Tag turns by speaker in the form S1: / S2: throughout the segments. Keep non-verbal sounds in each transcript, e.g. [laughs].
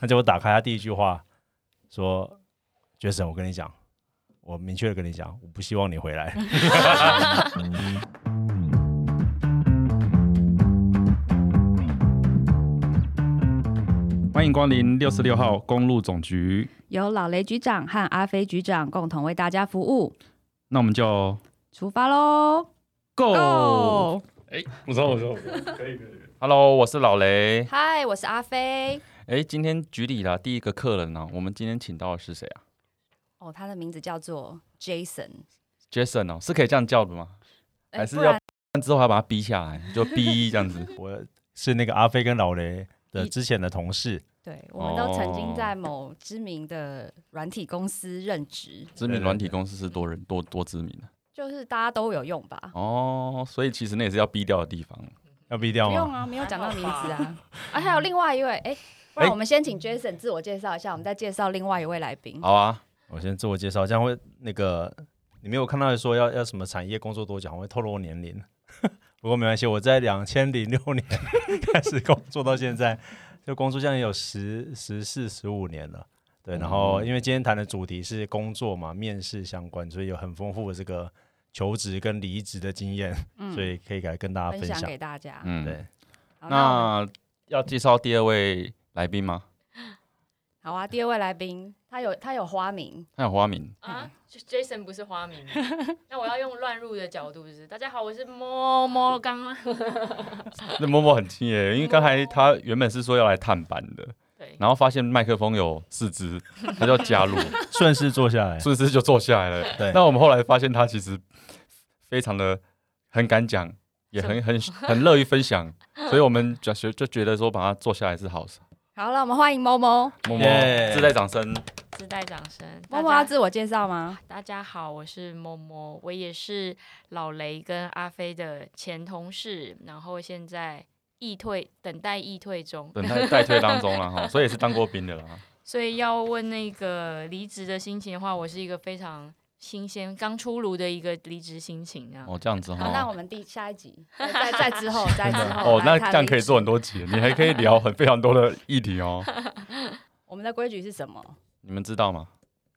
S1: 那结果打开，他第一句话说：“杰森，我跟你讲，我明确的跟你讲，我不希望你回来。 [laughs]
S2: 欢迎光临六十六号公路总局，
S3: 由老雷局长和阿飞局长共同为大家服务。
S2: 那我们就
S3: 出发喽
S4: 哦
S2: Go！
S3: ！Go！
S5: 哎，不错不错，可以可以。
S4: Hello，我是老雷。
S3: 嗨，我是阿飞。
S4: 哎，今天局里啦，第一个客人呢、哦我们今天请到的是谁啊
S3: 哦，他的名字叫做 Jason，
S4: ？Jason 哦，是可以这样叫的吗？
S3: 哎
S4: 还是
S3: 不
S4: 要
S3: 然
S4: 之后还把他逼下来，就逼这样子。
S5: [laughs]
S1: 我是那个阿飞跟老雷的之前的同事，
S3: 对，我们都曾经
S4: 哦
S3: 在某知名的软体公司任职，
S4: 知名软体公司是多人多多知名的
S3: 就是大家都有用吧？
S4: 哦，所以其实那也是要逼掉的地方。
S3: 嗯
S1: 要毙掉
S3: 不用
S1: 吗？
S3: 啊，没有讲到名字啊。啊，还有另外一位，哎，不然
S4: 哎
S3: 我们先请 Jason 自我介绍一下，我们再介绍另外一位来宾。
S4: 好啊，
S1: 我先自我介绍，这样会那个你没有看到说要要什么产业工作多久，好像会透露我年龄。 [laughs] 不过没关系，我在两千零六年开始工作到现在，就工作将近有十十四十五年了。对，然后因为今天谈的主题是工作嘛，面试相关，所以有很丰富的这个求职跟离职的经验，
S3: 嗯
S1: 所以可以来跟大家分
S3: 分享
S1: 享。
S3: 给大家。
S4: 嗯，
S1: 对，
S3: 好，那我们
S4: 那要介绍第二位来宾吗？
S3: 好啊，第二位来宾，他有他有花名，
S4: 他有花
S3: [laughs]
S4: [laughs] 名，
S6: 啊就，Jason 不是花名 [laughs] 吗，那我要用乱入的角度，就是大家好，我是摸
S4: [laughs]
S6: 摸刚，
S4: 那默默很气耶，因为刚才他原本是说要来探班的，
S6: 对，
S4: 然后发现麦克风有四 [laughs] 支，他就加入，
S1: 顺势坐
S4: [laughs]
S1: 下来。
S4: 顺势就坐下来了。
S1: 对
S4: 那我们后来发现他其实非常的很敢讲，也很很很乐于
S3: [laughs]
S4: 分享，所以我们就觉就觉得说把他坐下来是好事。
S3: 好了，我们欢迎某某。
S4: 默默
S1: Yeah
S4: 自带掌声，
S6: 自带掌声。
S3: 某
S6: 大
S4: 啊
S3: 某要
S6: 家
S3: 自我介绍吗？
S6: 大家好，我是摸摸，我也是老雷跟阿飞的前同事，然后现在易退，等待易退中，
S4: 等待待退当中
S3: [laughs]
S4: 了哈，所以也是当过兵的啦。
S6: 所以要问那个离职的心情的话，我是一个非常新鲜、刚出炉的一个离职心情啊。
S4: 哦，这样子
S3: 好，那我
S4: 哈。
S3: 们第下一集，再再之
S4: [laughs]
S3: 后，再之后。
S4: 哦，那
S3: 来
S4: 这
S3: 看
S4: 样可以做很多集，你还可以聊很非常多的议题哦。
S3: 我们的规矩是什么？ [laughs]
S4: 你们知道吗？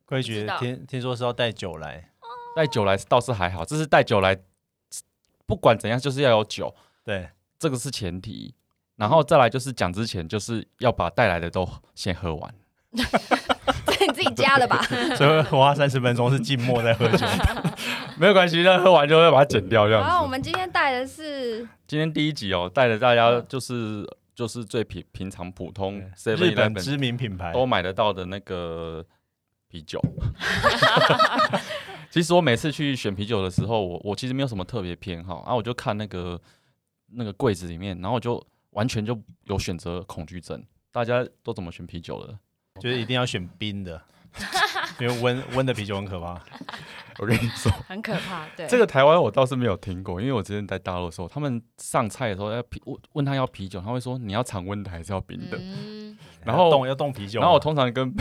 S1: 规
S6: 不
S1: 矩
S6: 知道
S1: 听听说是要带酒来，
S4: 带酒来倒是还好，这是带酒来，不管怎样就是要有酒，
S1: 对，
S4: 这个是前提。然
S3: 嗯
S4: 后再来就是讲之前，就是要把带来的都先喝完。
S3: 你自己加
S4: [laughs]
S3: 的吧。
S1: 所以花三十分钟是静默在喝酒。
S4: 没有关系，那喝完就会把它剪掉这样子。
S3: 好，我们今天带的是
S4: 今天第一集哦，带着大家
S3: 嗯
S4: 就是、就是最平平常普通
S1: 嗯
S4: 7-Eleven
S1: 日本知名品牌，
S4: 都买得到的那个啤酒。 [laughs] 其实我每次去选啤酒的时候，我我其实没有什么特别偏好啊，我就看那个那个柜子里面，然后我就完全就有选择恐惧症。大家都怎么选啤酒的？
S1: 就是一定要选冰
S4: [laughs]
S1: 的，因为温温的啤酒很可怕。
S4: 我跟你说，
S3: 很可怕，
S7: 哎
S3: 对，
S4: 这个台湾我倒是没有听过，因为我之前在大陆的时候，他们上菜的时候要啤，问问他要啤酒，他会说你要常温的还是要冰的？ [laughs]
S6: 嗯，
S4: 然后啊
S1: 要冻要冻啤酒嘛，
S4: 然后我通常跟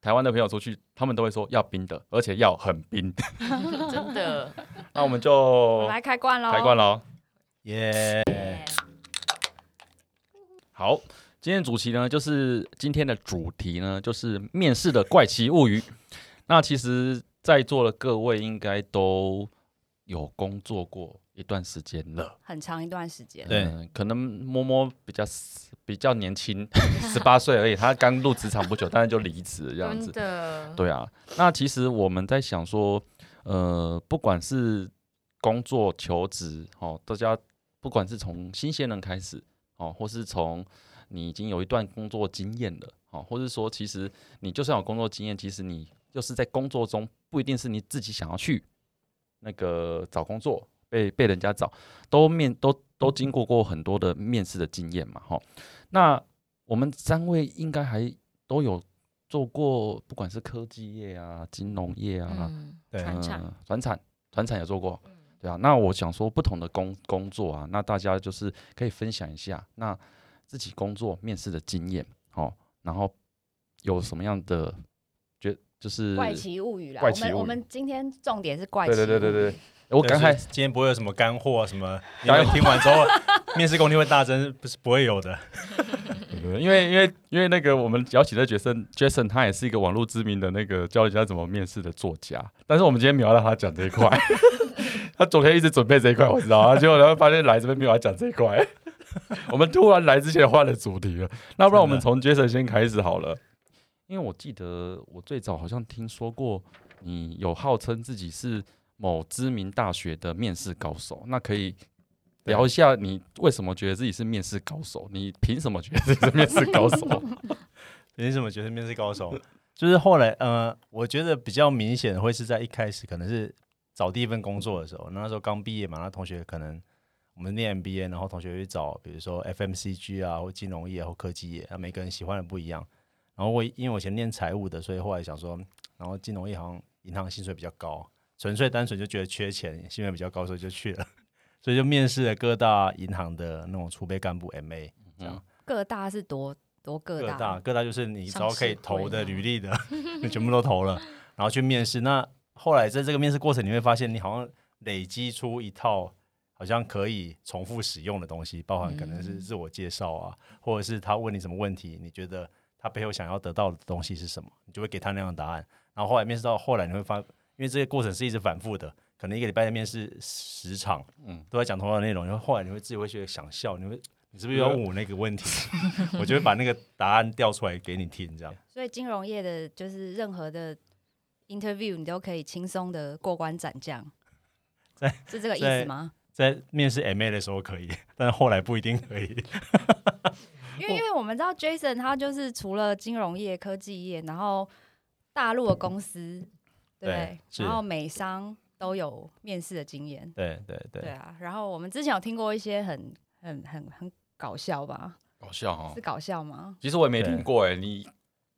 S4: 台湾的朋友出去，他们都会说要冰的，而且要很冰。
S6: 真的。
S4: 那
S3: 我
S4: 我们
S3: 们
S4: 就
S3: 来开罐喽。
S4: 哦开罐喽。
S1: 耶，
S4: 好，今天的主题呢，就是今天的主题呢，就是面试的怪奇物语。那其实，在座的各位应该都有工作过一段时间了。
S3: 很长一段时间，
S1: 对
S4: 嗯可能摸摸比较 s- 比较年轻，十八岁而已，他刚入职场不久，但是就离职了这样
S6: 真
S4: 子。
S6: 的，
S4: 对啊，那其实我们在想说，呃，不管是工作、求职，哦，大家不管是从新鲜人开始，哦，或是从你已经有一段工作经验了，哦，或是说，其实你就算有工作经验，其实你就是在工作中不一定是你自己想要去那个找工作，被被人家找，都面都都经过过很多的面试的经验嘛，哈、那我们三位应该还都有做过，不管是科技业啊、金融业啊、
S6: 嗯，
S1: 对
S6: 传产
S4: 嗯，船产、船产也做过，对啊。那我想说，不同的工工作啊，那大家就是可以分享一下那自己工作面试的经验，哦，然后有什么样的觉就是
S3: 怪奇物语啦。
S4: 怪
S3: 我
S4: 奇
S3: 们
S4: 物语
S3: 我们今天重点是怪奇，
S4: 对对对对对。。我刚才
S1: 对所以今天不会有什么干货啊什么，因
S4: 干
S1: 为听完之后面试工地会大增，不是不会有的。
S4: 对对对，因为因为因为那个我们聊起的 Jason Jason 他也是一个网络知名的那个教人家怎么面试的作家，但是我们今天没有让他讲这一块， [laughs] 他昨天一直准备这一块，我知道，啊，结果然后发现来这边没有要讲这一块， [laughs] 我们突然来之前换了主题了，那不然我们从 Jason 先开始好了，因为我记得我最早好像听说过你有号称自己是某知名大学的面试高手，那可以
S1: 对
S4: 聊一下你为什么觉得自己是面试高手？你凭什么觉得自己是面试高
S7: [laughs]
S4: 手？
S1: 凭什么觉得面试高手？ [laughs] 就是后来，呃，我觉得比较明显会是在一开始，可能是找第一份工作的时候，那时候刚毕业嘛，那同学可能我们念 MBA，然后同学去找，比如说 FMCG 啊，或金融业或科技业，那每个人喜欢的不一样。然后我因为我以前念财务的，所以后来想说，然后金融业好像银行薪水比较高，纯粹单纯就觉得缺钱，薪水比较高，所以就去了， [laughs] 所以就面试了各大银行的那种储备干部 MA。
S7: 各大是多多各
S1: 各
S7: 大，
S1: 大各大就是你只
S6: 上
S1: 要可以
S6: 市会啊
S1: 投的
S6: 吗
S1: 履历
S6: [laughs]
S1: 的，你全部都投了，然后去面试。那后来在这个面试过程，你会发现你好像累积出一套好像可以重复使用的东西，包含可能
S6: 嗯
S1: 是自我介绍啊，或者是他问你什么问题，你觉得他背后想要得到的东西是什么，你就会给他那样的答案。然后后来面试到后来，你会发，因为这个过程是一直反复的，可能一个礼拜的面试十场，嗯
S4: 嗯，
S1: 都在讲同样的内容，然后后来你会自己会觉得想笑，你会。你是不是要问我那个 [laughs] 问题？我就会把那个答案调出来给你听，这样。
S7: 所以金融业的就是任何的 interview 你都可以轻松的过关斩将
S1: 在，
S7: 是这个意
S1: 在
S7: 思吗？
S1: 在面试 MA 的时候可以，但是后来不一定可以。
S7: 因为因为我们知道 Jason 他就是除了金融业、科技业，然后大陆的公司，对不
S1: 对
S7: 对，
S1: 是
S7: 然后美商都有面试的经验，
S1: 对对对
S7: 对啊。然后我们之前有听过一些很很很很搞笑吧？
S4: 搞笑
S1: 哦
S4: 哈
S7: 是搞笑吗？
S4: 其实我也没
S1: 对
S4: 听过哎、你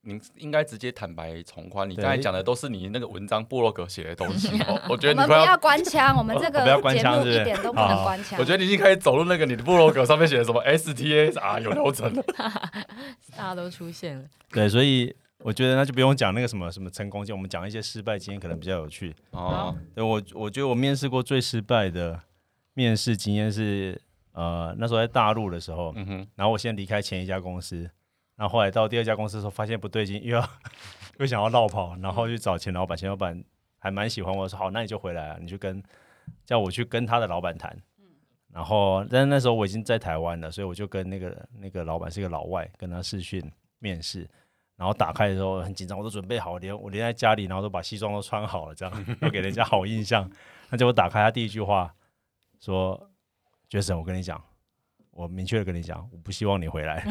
S4: 你应该直接坦白从宽。你
S1: 对
S4: 刚才讲的都是你那个文章部落格写的东西
S7: [laughs]
S4: 哦，我觉
S7: 我
S4: 得
S7: 们
S4: 你
S7: 不
S4: 快要
S7: 要，官腔，我们这
S1: 哦我不要
S7: 个
S1: 官
S7: 节
S1: 腔是
S7: 目
S1: 不是
S7: 一点都不
S1: 好好
S7: 能官腔。
S4: 我觉得你已经开始走入那个你的部落格上面写的什么 STA 啊有流程
S7: [laughs]
S4: 了。
S6: 大家都出现了。
S1: 对，所以我觉得那就不用讲那个什么什么成功经验，我们讲一些失败经验可能比较有趣。
S4: 哦，
S1: 对我，我觉得我面试过最失败的面试经验是，呃，那时候在大陆的时候，
S4: 嗯哼，
S1: 然后我先离开前一家公司，然后后来到第二家公司的时候，发现不对劲，又要又想要绕跑，然后去找前老板，前老板还蛮喜欢我，说好，那你就回来啊，你去跟叫我去跟他的老板谈。然后，但是那时候我已经在台湾了，所以我就跟那个那个老板是一个老外，跟他视讯面试。然后打开的时候很紧张，我都准备好，连我连在家里，然后都把西装都穿好了，这样要给人家好印象。那结果打开，他第一句话说：“Jason，我跟你讲，我明确的跟你讲，我不希望你回来。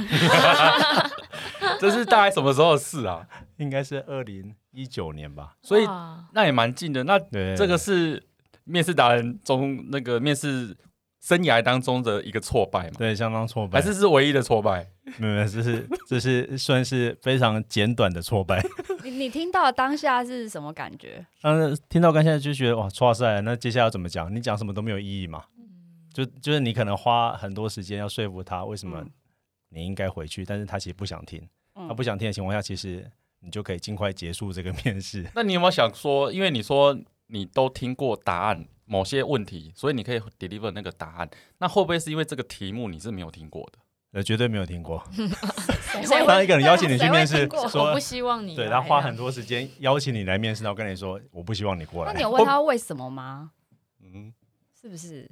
S4: 这是大概什么时候的事啊？
S1: 应该是二零一九年吧？
S4: 所以
S6: 哇
S4: 那也蛮近的。那
S1: 对
S4: 这个是面试达人中那个面试生涯当中的一个挫败嘛？
S1: 对相当挫败，
S4: 还是是唯一的挫败？
S1: 没有没有，这是这是算是非常简短的挫败。
S7: 你你听到当下是什么感觉？
S1: 但是听到刚现在就觉得哇，挫赛，那接下来要怎么讲？你讲什么都没有意义嘛？就就是你可能花很多时间要说服他为什么
S7: 嗯
S1: 你应该回去，但是他其实不想听，他
S7: 嗯
S1: 不，想听的情况下，其实你就可以尽快结束这个面试。 [laughs]
S4: 那你有没有想说，因为你说你都听过答案某些问题，所以你可以 deliver 那个答案，那会不会是因为这个题目你是没有听过的？
S1: 呃，绝对没有听过。
S6: 谁
S7: 谁
S6: 会
S1: 当一个人邀请你去
S7: 谁会
S1: 面
S7: 听
S1: 试，
S7: 过
S6: 我
S1: 说
S6: 不希望你
S1: 对
S6: 来
S1: 他花
S6: 啊
S1: 很多时间邀请你来面试，然后跟你说我不希望你过
S7: 那
S1: 来哦
S7: 你。有问他为什么吗？
S4: 嗯，
S7: 是不是？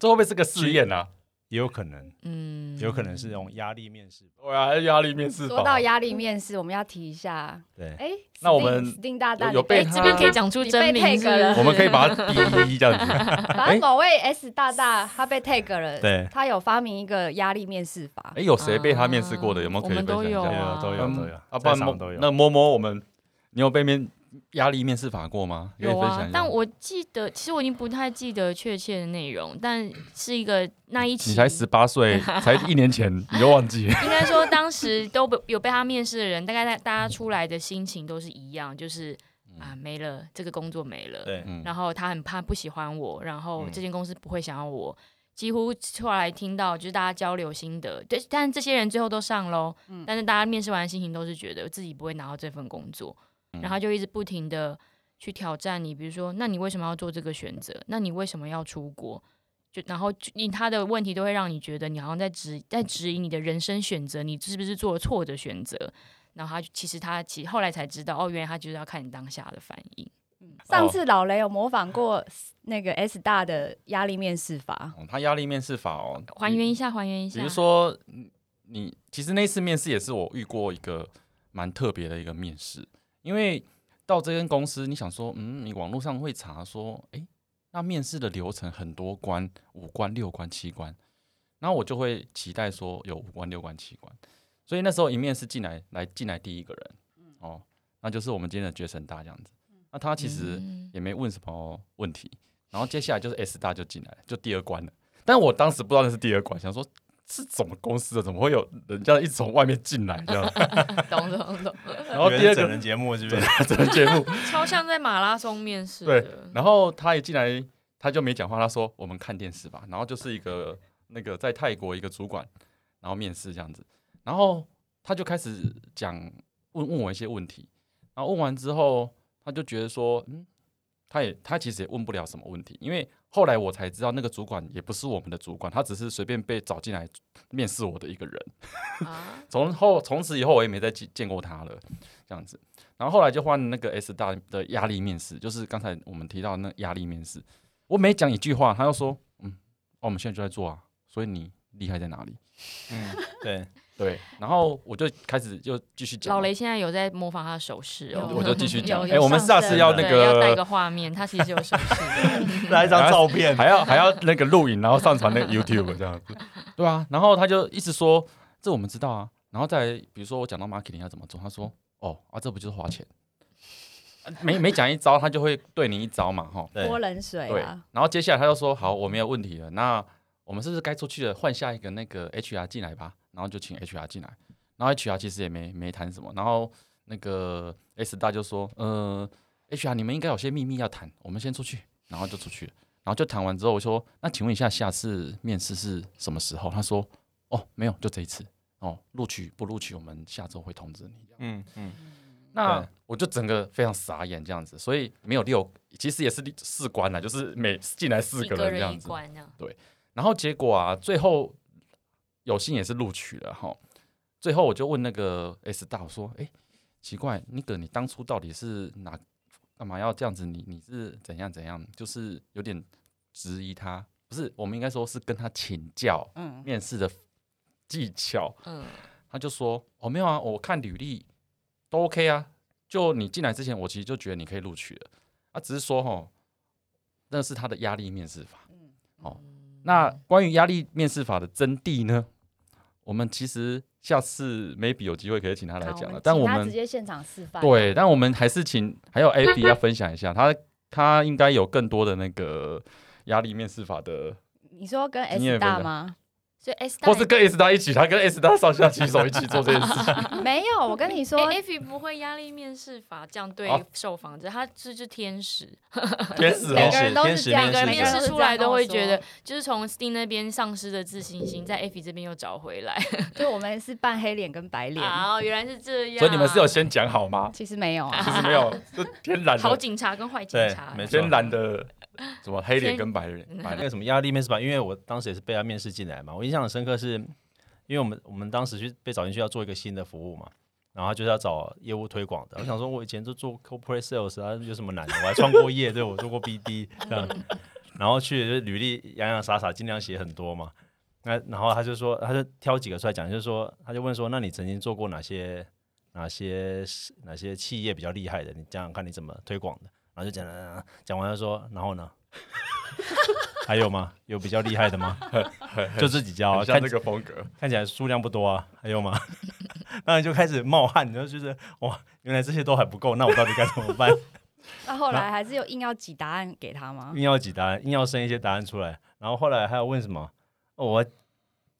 S4: 这会不会是个试验啊？
S1: 也有可能，
S6: 嗯
S1: 也有可能是用压力面试吧。
S4: 对啊，压力面试法
S7: 说到压力面试，我们要提一下。
S1: 对，
S7: 哎，
S4: 那我们
S7: 定大大
S4: 有有被
S7: 你
S4: 他
S6: 这边可以讲出
S7: 你
S6: 真
S7: 被
S6: 名
S7: tag
S6: 是不是
S7: 了
S4: 我们可哎以把它逼一这样子。
S7: [laughs] 反正某位 S 大大他被 tag 了，
S1: 对
S7: 他有发明一个压力面试法
S4: 哎，。有谁被他面试过的？有没有可以
S6: 我们
S4: 分享一
S6: 都啊有
S4: 下？
S6: 啊
S1: 都有都有
S4: 嗯
S1: 都有，
S4: 啊，不然
S1: 在
S4: 摸
S1: 场都有。
S4: 那摸摸我们，你有被面压力面试法过吗？可以
S6: 有
S4: 分享一
S6: 啊
S4: 下，
S6: 但我记得，其实我已经不太记得确切的内容，但是一个那一期，
S4: 你才十八岁，才一年前你就忘
S6: [laughs]
S4: 记了。
S6: 应该说当时都被有被他面试的人，大概大大家出来的心情都是一样，就是啊没了，这个工作没了，
S1: 嗯对，
S4: 嗯
S6: 然后他很怕不喜欢我，然后
S4: 嗯
S6: 这间公司不会想要我。几乎后来听到就是大家交流心得，对，但这些人最后都上喽。
S7: 嗯
S6: 但是大家面试完的心情都是觉得自己不会拿到这份工作，
S4: 嗯
S6: 然后就一直不停的去挑战你，比如说，那你为什么要做这个选择？那你为什么要出国？就然后就你他的问题都会让你觉得你好像在质在质疑你的人生选择，你是不是做了错的选择？然后他就其实他其后来才知道，哦，原来他就是要看你当下的反应。
S4: 哦
S7: 上次老雷有模仿过那个 S 大的压力面试法，
S4: 哦他压力面试法哦，
S6: 还原一下，还原一
S4: 比
S6: 下。
S4: 如说，嗯你其实那次面试也是我遇过一个蛮特别的一个面试，因为到这间公司，你想说，嗯，你网络上会查说，诶，那面试的流程很多关，五关、六关、七关，然后我就会期待说有五关、六关、七关，所以那时候一面试进来，来进来第一个人，哦，那就是我们今天的决神大这样子，那他其实
S6: 嗯
S4: 也没问什么问题，然后接下来就是 S 大就进来了，就第二关了，但我当时不知道那是第二关，想说。是怎么公司的？怎么会有人家一直从外面进来这样？
S6: 懂懂懂，
S4: 然后第二
S1: 整
S4: 个
S1: 人节目是
S4: [laughs]
S1: 不是？
S4: 整人节目，
S6: [laughs] 超像在马拉松面试
S4: 对
S6: 的。
S4: 然后他一进来，他就没讲话，他说：“我们看电视吧。”然后就是一个那个在泰国一个主管，然后面试这样子，然后他就开始讲问问我一些问题，然后问完之后，他就觉得说，嗯，他也他其实也问不了什么问题，因为后来我才知道那个主管也不是我们的主管，他只是随便被找进来面试我的一个人。
S6: 啊，
S4: 从后从此以后我也没再见见过他了，这样子。然后后来就换那个 S 大的压力面试，就是刚才我们提到的那压力面试，我每讲一句话，他就说，嗯，哦，我们现在就在做啊，所以你厉害在哪里？
S1: 嗯，对，
S4: 对，然后我就开始就继续讲，
S6: 老雷现在有在模仿他的手势哦，
S4: 我就继续讲，
S7: 有有
S4: 哎，我们下
S7: 上
S4: 次
S7: 升
S4: 要
S6: 对
S4: 那
S6: 要带个
S4: 个
S6: 画面，他其实有手势的。
S1: 来一张照片，
S4: 还要还要那个录影，然后上传那个 YouTube 这样子，对啊，然后他就一直说，这我们知道啊，然后再来比如说我讲到 marketing 要怎么做，他说，哦啊，这不就是花钱？ [laughs] 啊每每讲一招，他就会对你一招嘛，哈，
S1: 对
S7: 泼冷水
S4: 对
S7: 啊，，
S4: 然后接下来他就说：“好，我没有问题了，那我们是不是该出去了？换下一个那个 HR 进来吧。”然后就请 HR 进来，然后 HR 其实也没没谈什么，然后那个 S 大就说：“呃，HR 你们应该有些秘密要谈，我们先出去。”然后就出去了，然后就谈完之后，我说：“那请问一下，下次面试是什么时候？”他说：“哦，没有，就这一次。哦，录取不录取，我们下周会通知你。”
S1: 嗯嗯，
S4: 那
S1: 对
S4: 我就整个非常傻眼这样子，所以没有六，其实也是四关啦，就是每进来四
S6: 一
S4: 个
S6: 个
S4: 人这
S6: 人
S4: 样
S6: 一
S4: 子。
S6: 关这样。
S4: 然后结果啊，最后有幸也是录取了哈。最后我就问那个 S 大我说：“哎、奇怪，那个你当初到底是哪干嘛要这样子？你你是怎样怎样？就是有点质疑他，不是？我们应该说是跟他请教
S7: 嗯，
S4: 面试的技巧。”
S6: 嗯，
S4: 他就说：“哦，没有啊，我看履历都 OK 啊。就你进来之前，我其实就觉得你可以录取了啊，只是说哦，那是他的压力面试法。哦，
S6: 嗯
S4: 那关于压力面试法的真谛呢，我们其实下次 maybe 有机会可以请他来
S7: 好
S4: 讲了。
S7: 请
S4: 但我
S7: 他
S4: 们
S7: 直接现场示范，，
S4: 对，但我们还是请还有 AB 要分享一下，他他应该有更多的那个压力面试法的，
S7: 你说跟
S4: 经验
S7: S
S4: 分享
S7: 大吗？ [laughs]
S6: 所以哎 S 大
S4: 或是跟 S 大一起，他跟 S 大上下其手一起做这件事
S7: [laughs]
S4: 情。
S7: 没有，我跟你说，
S6: 哎 F 不会压力面试法这样对
S4: 好
S6: 受访者，他是是天使，
S4: 哦天使
S7: 每
S4: 哦
S7: 个，人都
S1: 天
S7: 是
S1: 使
S7: 这样，
S6: 每个人
S1: 每
S7: 每
S1: 个人
S6: 面试
S7: 是
S6: 出
S7: 这样
S6: 来
S7: 跟
S6: 都
S7: 我
S6: 会觉得
S7: 说，，
S6: 就是从 Sting 那边丧失的自信心，在 F 这边又找回来。
S7: 就我们是扮黑脸跟白脸，
S6: 哦，原来是这样，
S4: 所以你们是有先讲好吗？
S7: 其实没有啊，
S4: 其实没
S7: [laughs]
S4: 有，是天然
S6: 好
S4: 的，
S6: 警察跟坏警
S1: 对
S6: 察，
S1: 没错
S4: 天然的什么黑脸跟白脸，
S6: 天
S4: 白
S1: 把那
S4: 脸
S1: 个什么压力面试吧，因为我当时也是被他面试进来嘛，我印象很深刻是，因为我们我们当时去被找进去要做一个新的服务嘛，然后他就是要找业务推广的。我想说，我以前就做 corporate sales 啊，有什么难的？我还创过业，对我做过 BD 这样，然后去就是履历洋洋洒洒，尽量写很多嘛。那然后他就说，他就挑几个出来讲，就是说，他就问说，那你曾经做过哪些哪些哪些企业比较厉害的？你讲讲看你怎么推广的。然后就讲讲讲讲完，他说，然后呢？ [laughs] 还有吗？有比较厉害的吗？ [laughs] 就这几家啊，
S4: 很像
S1: 看
S4: 这个风格。
S1: 看起来数量不多啊，还有吗？ [laughs] 当然就开始冒汗，你就觉得哇，原来这些都还不够，那我到底该怎么
S4: [laughs]
S1: 办？
S7: 那后来还是有硬要挤答案给他吗？
S1: 硬要挤答案，硬要生一些答案出来。然后后来还有问什么？哦我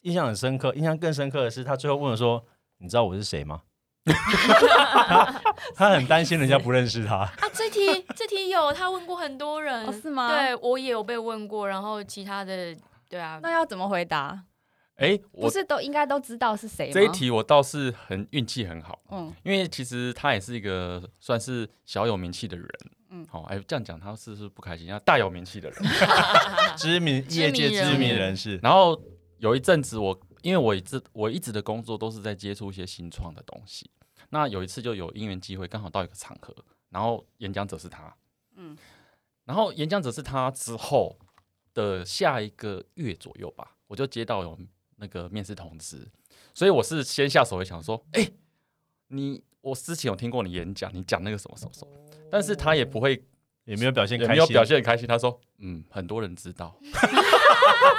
S1: 印象很深刻，印象更深刻的是他最后问我说：“你知道我是谁吗？” [laughs] 他他很担心人家不认识他，
S6: 啊，这题这题有他问过很多人，
S7: 哦，是吗？，
S6: 嗯对啊我也有被问过，然后其他的对啊，
S7: 那要怎么回答？
S4: 哎，
S7: 不
S4: 我
S7: 是都应该都知道是谁吗？
S4: 这一，题我倒是很运气很好，
S7: 嗯
S4: 因为其实他也是一个算是小有名气的人，
S7: 嗯，
S4: 好，哎，这样讲他是不是不开心？他大有名气的人。
S1: 知名
S6: 知
S1: 业界
S6: 名人
S1: 知名人士，
S4: 然后有一阵子我，因为我一直我一直的工作都是在接触一些新创的东西。那有一次就有因缘机会，刚好到一个场合，然后演讲者是他，
S7: 嗯，
S4: 然后演讲者是他之后的下一个月左右吧，我就接到有那个面试通知，所以我是先下手为强，说，哎、你我之前有听过你演讲，你讲那个什么什么什么，但是他也不会
S1: 也没有表现
S4: 也
S1: 开
S4: 没有
S1: 心，
S4: 表现得开心，他说，嗯，很多人知道，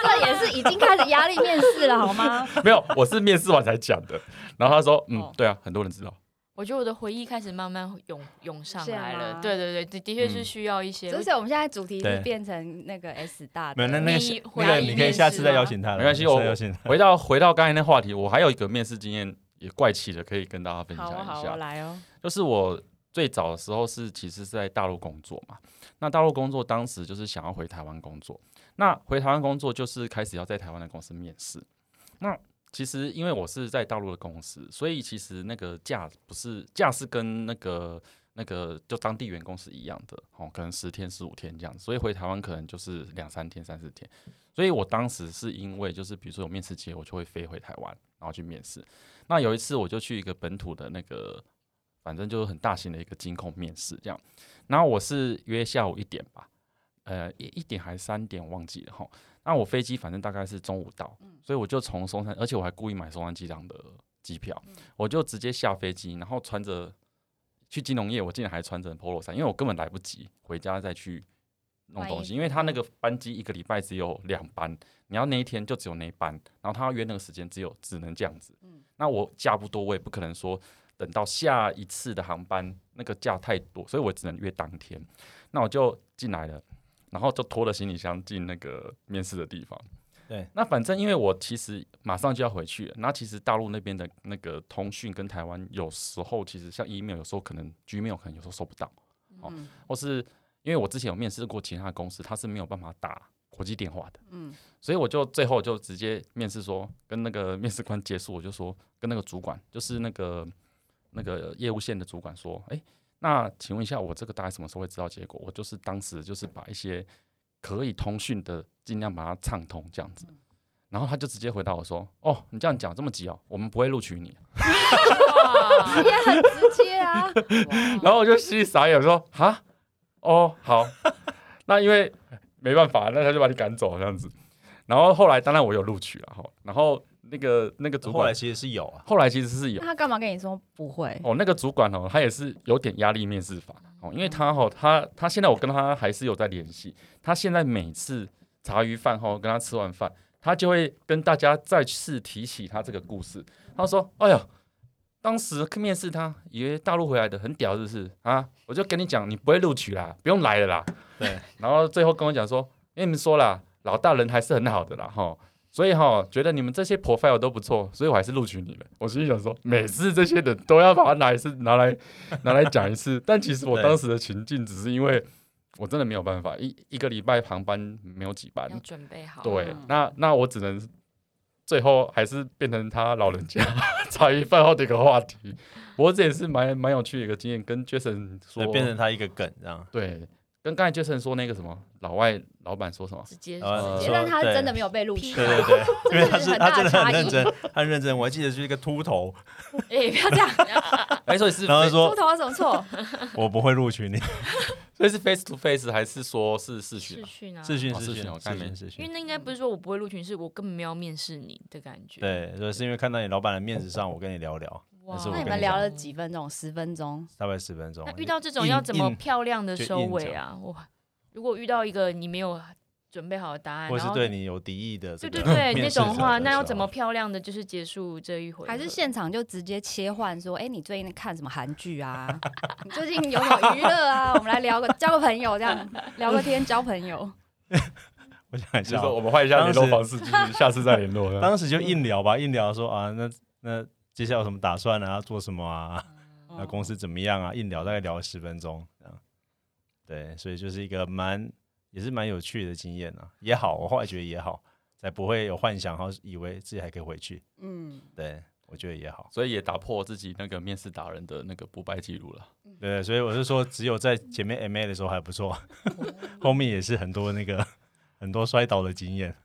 S7: 这也是已经开始压力面试 [laughs] 了，好吗？
S4: [laughs] 没有，我是面试完才讲的。然后他说，嗯
S6: 哦，
S4: 对啊，很多人知道。
S6: [laughs] 我觉得我的回忆开始慢慢涌涌上
S7: 是
S6: 来
S7: 吗
S6: 了，对对对，的的确是
S4: 嗯
S6: 需要一些。
S7: 所以我们现在主题
S1: 对
S7: 是变成那个 S 大
S1: 没有
S7: 的，
S1: 那那个
S6: 你
S1: 是
S6: 回
S1: 那
S6: 来
S1: 个
S6: 一
S1: 你可以
S6: 面
S1: 下
S6: 试
S1: 次再邀
S6: 吗
S1: 请他了，
S4: 没关系
S1: 下次
S4: 我
S1: 邀请他。
S4: 回到回到刚才那话题，我还有一个面试经验也怪奇的，可以跟大家分享
S6: 好啊好
S4: 一
S6: 啊，
S4: 下。
S6: 来哦，
S4: 就是我最早的时候是其实是在大陆工作嘛，那大陆工作当时就是想要回台湾工作，那回台湾工作就是开始要在台湾的公司面试。那其实因为我是在大陆的公司，所以其实那个假不是假是跟那个那个就当地员工是一样的哦，可能十天十五天这样子，所以回台湾可能就是两三天三四天。所以我当时是因为就是比如说有面试节，我就会飞回台湾，然后去面试。那有一次我就去一个本土的那个，反正就是很大型的一个金控面试这样。然后我是约下午一点吧，呃一一点还是三点忘记了哈。那我飞机反正大概是中午到，所以我就从松山，而且我还故意买松山机场的机票，我就直接下飞机，然后穿着去金融业，我竟然还穿着 polo 衫，因为我根本来不及回家再去弄
S7: 买
S4: 东
S7: 衣
S4: 西，
S7: 服
S4: 因为他那个班机一个礼拜只有两班，你要那一天就只有那一班，然后他要约那个时间只有只能这样子。那我假不多，我也不可能说等到下一次的航班那个假太多，所以我只能约当天。那我就进来了，然后就拖着行李箱进那个面试的地方。
S1: 对，
S4: 那反正因为我其实马上就要回去了，那其实大陆那边的那个通讯跟台湾有时候其实像 email，有时候可能 Gmail 可能有时候收不到，哦，
S7: 嗯
S4: 或是因为我之前有面试过其他公司，它是没有办法打国际电话的，
S7: 嗯，
S4: 所以我就最后就直接面试说，跟那个面试官结束，我就说跟那个主管，就是那个那个业务线的主管说，哎、那请问一下，我这个大概什么时候会知道结果？我就是当时就是把一些可以通讯的尽量把它畅通这样子。然后他就直接回答我说：“哦，你这样讲这么急哦，我们不会录取你。
S6: [laughs] 哇
S7: 也很直接
S1: [laughs]
S7: 啊。”
S4: 然后我就心里傻眼，我说：“哈，哦，好， [laughs] 那因为没办法，那他就把你赶走这样子。”然后后来当然我有录取了哈，然后那个那个主
S1: 后
S4: 管
S1: 来其实是有啊，
S4: 后来其实是有
S7: 那。他干嘛跟你说不会？
S4: 哦，那个主管哦，他也是有点压力面试法哦，因为他哦，他他现在我跟他还是有在联系，他现在每次茶余饭后跟他吃完饭，他就会跟大家再次提起他这个故事，他说：“哎呀，当时面试他以为大陆回来的很屌，是不是啊？我就跟你讲，你不会录取啦，不用来了啦。”
S1: 对，
S4: [laughs] 然后最后跟我讲说：“因为你们说啦，老大人还是很好的啦，哈。”所以哈、觉得你们这些 profile 都不错，所以我还是录取你们。我心里想说，每次这些人都要把它拿一次拿
S1: [laughs]
S4: 来拿来讲一次，但其实我
S1: 对
S4: 当时的情境只是因为我真的没有办法，一一个礼拜航班没有几班
S6: 要，准备好。
S4: 对，那那我只能最后还是变成他老人家 [laughs] 茶余饭后的一个话题。不过这也是蛮蛮有趣的一个经验，跟 Jason 说
S1: 对，，变成他一个梗这
S4: [laughs]
S1: 样。
S4: 对，跟刚才 Jason 说那个什么老外老板说什么，
S6: 直接
S1: 呃
S6: 直
S7: 也
S6: 接
S1: 说
S7: 但他
S1: 对
S7: 真的没有被录取
S6: 批，
S1: 对对对，
S6: [laughs]
S1: 因为他
S7: 这
S1: 是
S7: 是很
S1: 他
S7: 大
S1: 真的很
S7: 的差
S1: 认
S7: 异
S1: 真，他很认真。我还记得是一个秃头，
S6: 哎，不要这样，
S1: [laughs]
S4: 哎，所以是
S1: 然后他
S7: 出
S1: 说
S7: 头有什么错？
S1: 我不会录取
S6: [laughs]
S1: 你，
S4: 所以是 face to face 还是说是视讯
S6: 试
S4: 啊？
S6: 训啊，
S1: 视讯
S4: 哦
S1: 视
S4: 视
S1: 讯
S4: 讯我
S1: 视
S4: 看没
S1: 讯视
S6: 因为
S1: 讯。
S6: 那应该不是说我不会录取，是我根本没有面试你的感觉。，
S1: 对，所以是因为看到你老板的面子上，我跟你聊聊，
S6: 哇
S1: 那是我
S7: 那
S1: 跟
S7: 你们聊了几分钟？十分钟？
S1: 大概十分钟
S6: 那。遇到这种要怎么
S1: 硬硬
S6: 漂亮的
S1: 就
S6: 收
S1: 硬
S6: 尾啊？哇，如果遇到一个你没有准备好的答案，
S1: 或
S6: 然
S1: 是
S6: 后
S1: 对你有敌意的这
S6: 对
S1: 个
S6: 对
S1: 面试者的时候，
S6: 对那种话，那要怎么
S1: [laughs]
S6: 漂亮的就是结束这一回合？
S7: 还是现场就直接切换说，哎、你最近看什么韩剧
S1: [laughs]
S7: 啊？你最近有什么娱乐啊？我们来聊个交个朋友，这样聊个天，交朋友。
S1: 我想一
S4: 就是啊
S1: 下
S4: 说
S1: 哦，
S4: 我们换一下联络
S1: 当
S4: 方式，就是下次再联络。
S1: 当时就硬聊吧，硬聊说啊，那那接下来有什么打算啊，要做什么啊，
S7: 哦
S1: 那公司怎么样啊？硬聊大概聊了十分钟这样。对，所以就是一个蛮也是蛮有趣的经验啊，也好，我后来觉得也好，才不会有幻想，然后以为自己还可以回去。
S7: 嗯，
S1: 对，我觉得也好。
S7: 嗯
S4: 所以也打破自己那个面试达人的那个不败记录了。
S1: 对，所以我是说，只有在前面 MA 的时候还不错，
S7: 哦
S1: [laughs] 后面也是很多那个 [laughs] 很多摔倒的经验。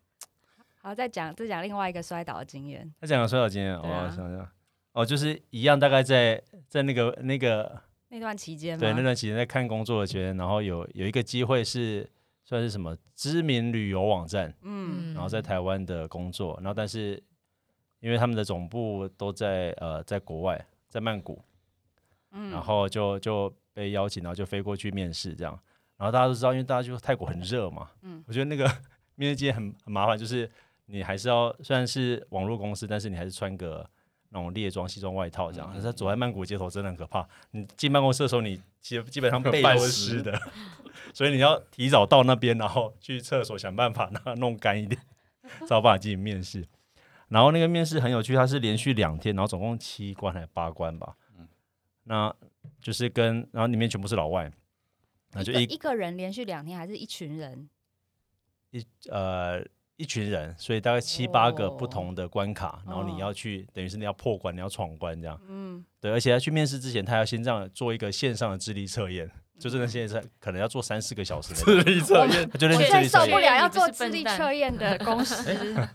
S7: 好，再讲再讲另外一个摔倒的经验，
S1: 他讲的摔倒经验，我、
S7: 对啊
S1: 想想，哦，就是一样，大概在在那个那个
S7: 那段期间吗？
S1: 对那段期间在看工作的学员，然后有有一个机会是算是什么知名旅游网站，
S7: 嗯，
S1: 然后在台湾的工作，然后但是因为他们的总部都在呃在国外，在曼谷，
S7: 嗯
S1: 然后就就被邀请，然后就飞过去面试这样。然后大家都知道，因为大家就泰国很热嘛，
S7: 嗯
S1: 我觉得那个 [laughs] 面试间很很麻烦，就是你还是要虽然是网络公司，但是你还是穿个那种猎装西装外套这
S7: 嗯
S1: 样。可是走在曼谷街头真的很可怕，你进办公室的时候，你基基本上背都
S5: 半
S1: 是
S5: 湿
S1: 湿
S7: [laughs]
S1: 的， [laughs] 所以你要提早到那边，然后去厕所想办法让它弄干
S7: [laughs]
S1: 一点，才有办法进行面试。然后那个面试很有趣，它是连续两天，然后总共七关还是八关吧。那就是跟然后里面全部是老外，那就
S7: 一个
S1: 一
S7: 一个人连续两天，还是一群人？
S1: 呃一群人，所以大概七八个不
S7: 哦
S1: 同的关卡，然后
S7: 哦
S1: 你要去，等于是你要破关，你要闯关这样。
S7: 嗯，
S1: 对，而且他去面试之前，他要先这样做一个线上的智力测
S7: 嗯
S1: 验，就真的现在可能要做三四个小时的
S7: [laughs]
S5: 智力测验，
S1: 他就练
S7: 我
S1: 智
S7: 现在
S1: 力
S7: 受
S1: 测
S7: 不
S1: 验，
S7: 了要
S6: 你不是
S7: 做智
S6: 笨
S7: 力
S6: 蛋
S7: 测验 [laughs] 的公司，
S1: 哎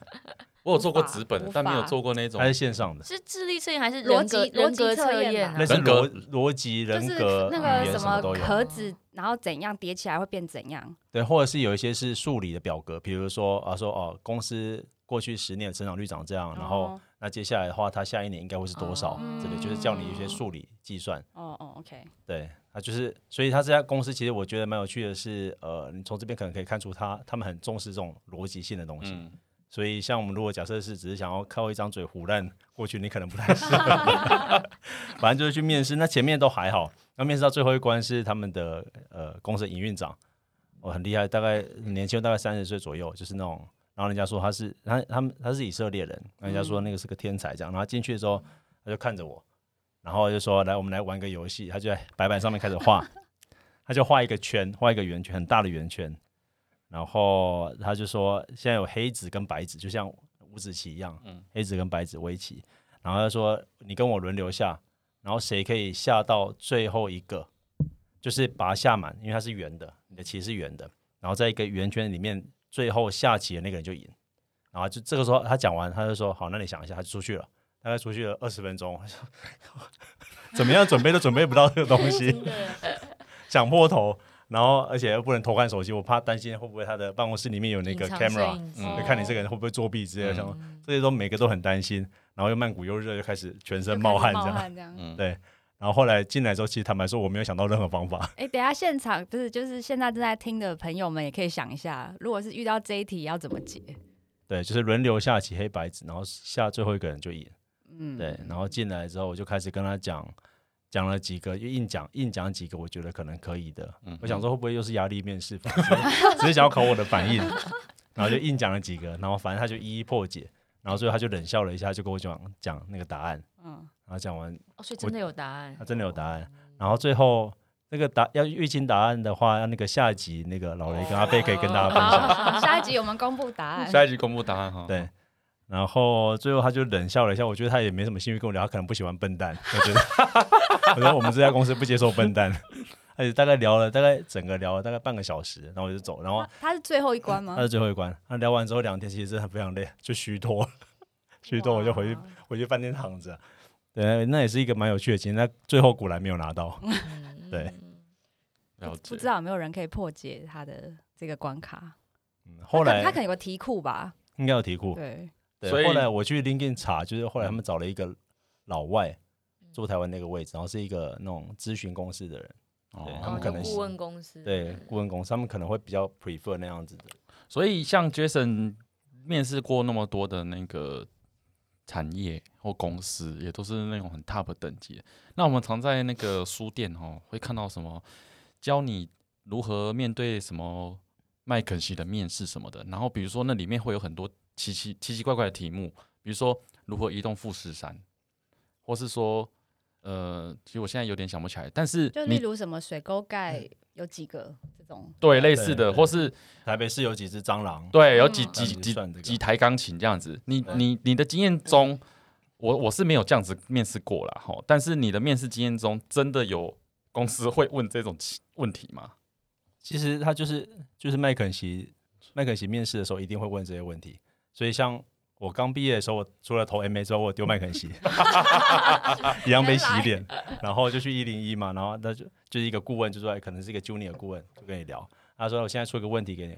S4: 我有做过
S7: 无法
S4: 纸本
S7: 无
S4: 的，但没有
S7: 法
S4: 做过那种
S1: 他是线上
S7: 嗯
S1: 的，
S6: 是智力测验还是
S7: 逻
S6: 人格
S7: 辑逻
S6: 人
S7: 辑
S6: 格
S7: 测验
S6: 验
S7: 吧
S6: 啊
S1: 那？是
S4: 人格
S1: 逻逻辑、
S7: 就
S1: 人
S7: 是
S1: 格、
S7: 那
S1: 语
S7: 个
S1: 言
S7: 什
S1: 什么
S7: 么
S1: 都有。
S7: 壳子，然后怎样叠起来会变怎样？
S1: 对，或者是有一些是数理的表格，比如说啊，说哦，公司过去十年的成长率长这样，然后
S7: 哦
S1: 那接下来的话，它下一年应该会是多少
S7: 哦
S1: 之类，就是叫你一些数理计算。
S7: 哦哦，OK，
S1: 对，它就是，所以它这家公司其实我觉得蛮有趣的是，呃，你从这边可能可以看出他他们很重视这种逻辑性的东西。
S4: 嗯，
S1: 所以像我们如果假设是只是想要靠一张嘴胡乱过去，你可能不太适合。反正就是去面试，那前面都还好，那面试到最后一关是他们的呃公司的营运长，哦很厉害，大概年轻大概三十岁左右，就是那种，然后人家说他是他他们他是以色列人，人家说那个是个天才这样，然后进去的时候他就看着我，然后就说来我们来玩个游戏，他就在白板上面开始画，他就画一个圈，画一个圆圈，很大的圆圈。然后他就说，现在有黑子跟白子，就像五子棋一样，
S4: 嗯
S1: 黑子跟白子围棋。然后他说，你跟我轮流下，然后谁可以下到最后一个，就是把它下满，因为它是圆的，你的棋是圆的，然后在一个圆圈里面，最后下棋的那个人就赢。然后就这个时候他讲完，他就说好，那你想一下，他就出去了。大概出去了二十分钟， [laughs] 我想怎么样准备都准备不到这个东西，想破头，然后而且又不能偷看手机，我怕担心会不会他的办公室里面有那个 camera，
S4: 嗯
S1: 就看你这个人会不会作弊之类的，
S4: 嗯
S1: 像这些都每个都很担心，然后又曼谷又热，就开始全身冒汗这样。
S7: 这样。
S4: 嗯
S1: 对然后后来进来之后，其实坦白说，我没有想到任何方法。
S7: [laughs] 哎，等一下现场不是就是现在正在听的朋友们也可以想一下，如果是遇到这一题要怎么解？
S1: 对，就是轮流下棋，黑白子，然后下最后一个人就赢。
S7: 嗯，
S1: 对，然后进来之后，我就开始跟他讲，讲了几个，硬讲硬讲几个，我觉得可能可以的。
S4: 嗯
S1: 我想说会不会又是压力面试法，只是只是想要考我的反应，然后就硬讲了几个，然后反正他就一一破解，然后最后他就冷笑了一下，就跟我讲讲那个答案，
S7: 嗯，
S1: 然后讲完
S6: 哦，所以真的有答案
S1: 啊他。真的有答案，然后最后。那个答要预清答案的话，那个下集那个老雷跟阿贝可以跟大家分
S7: 哦
S1: 享。
S7: 下一集我们公布
S1: [laughs]
S7: 答案。
S4: 下一集公布答案哈。
S1: 对， [laughs] 然后最后他就冷笑了一下，我觉得他也没什么兴趣跟我聊，他可能不喜欢笨蛋，我
S7: [laughs]
S1: 觉得，我说我们这家公司不接受笨蛋， [laughs] 而且大概聊了大概整个聊了大概半个小时，然后我就走，然后
S7: 它是最后一关吗
S1: 他？是最后一关，他聊完之后两天其实真的非常累，就虚脱了，虚脱我就回去
S7: 哇
S1: 回去饭店躺着，对，那也是一个蛮有趣的经历，那最后果然没有拿到，
S6: 嗯
S1: 对，
S4: 了
S7: 不
S4: 解
S7: 知。道有没有人可以破解它的这个关卡？
S1: 嗯后来
S7: 他可能有个题库吧？
S1: 应该有题库，
S7: 对，
S1: 对，
S4: 所以嗯
S1: 后来我去 LinkedIn 查，就是后来他们找了一个老外坐台湾那个位置，然后是一个那种咨询公司的人，对他
S6: 哦
S1: 们可能
S6: 就
S1: 喜
S6: 顾问公
S4: 嗯
S6: 司
S1: 对，顾问公司，他们可能会比较 prefer 那样子的。
S4: 所以像 Jason 面试过那么多的那个产业或公司，也都是那种很 top 等级的。那我们常在那个书店哦，会看到什么教你如何面对什么麦肯锡的面试什么的。然后比如说那里面会有很多奇奇奇奇怪怪的题目，比如说如何移动富士山，或是说呃，其实我现在有点想不起来，但是
S7: 就例
S4: 你
S7: 如什么水沟盖有几个这种，
S4: 对类似
S1: 对对
S4: 的，或是
S1: 台北市有几只蟑螂，
S4: 对有
S7: 嗯
S4: 几几
S1: 嗯
S4: 几
S1: 算这个
S4: 几台钢琴这样子。你
S1: 对
S4: 你你的经验中，我我是没有这样子面试过啦，哈。但是你的面试经验中，真的有公司会问这种奇问题吗？
S1: 其实他就是就是麦肯锡，麦肯锡面试的时候一定会问这些问题。所以像我刚毕业的时候，我除了投 MA 之后，我有丢麦肯锡，一样被洗脸，然后就去一零一嘛，然后他就就是一个顾问，就说哎可能是一个 junior 顾问，就跟你聊。他说我现在出一个问题给你，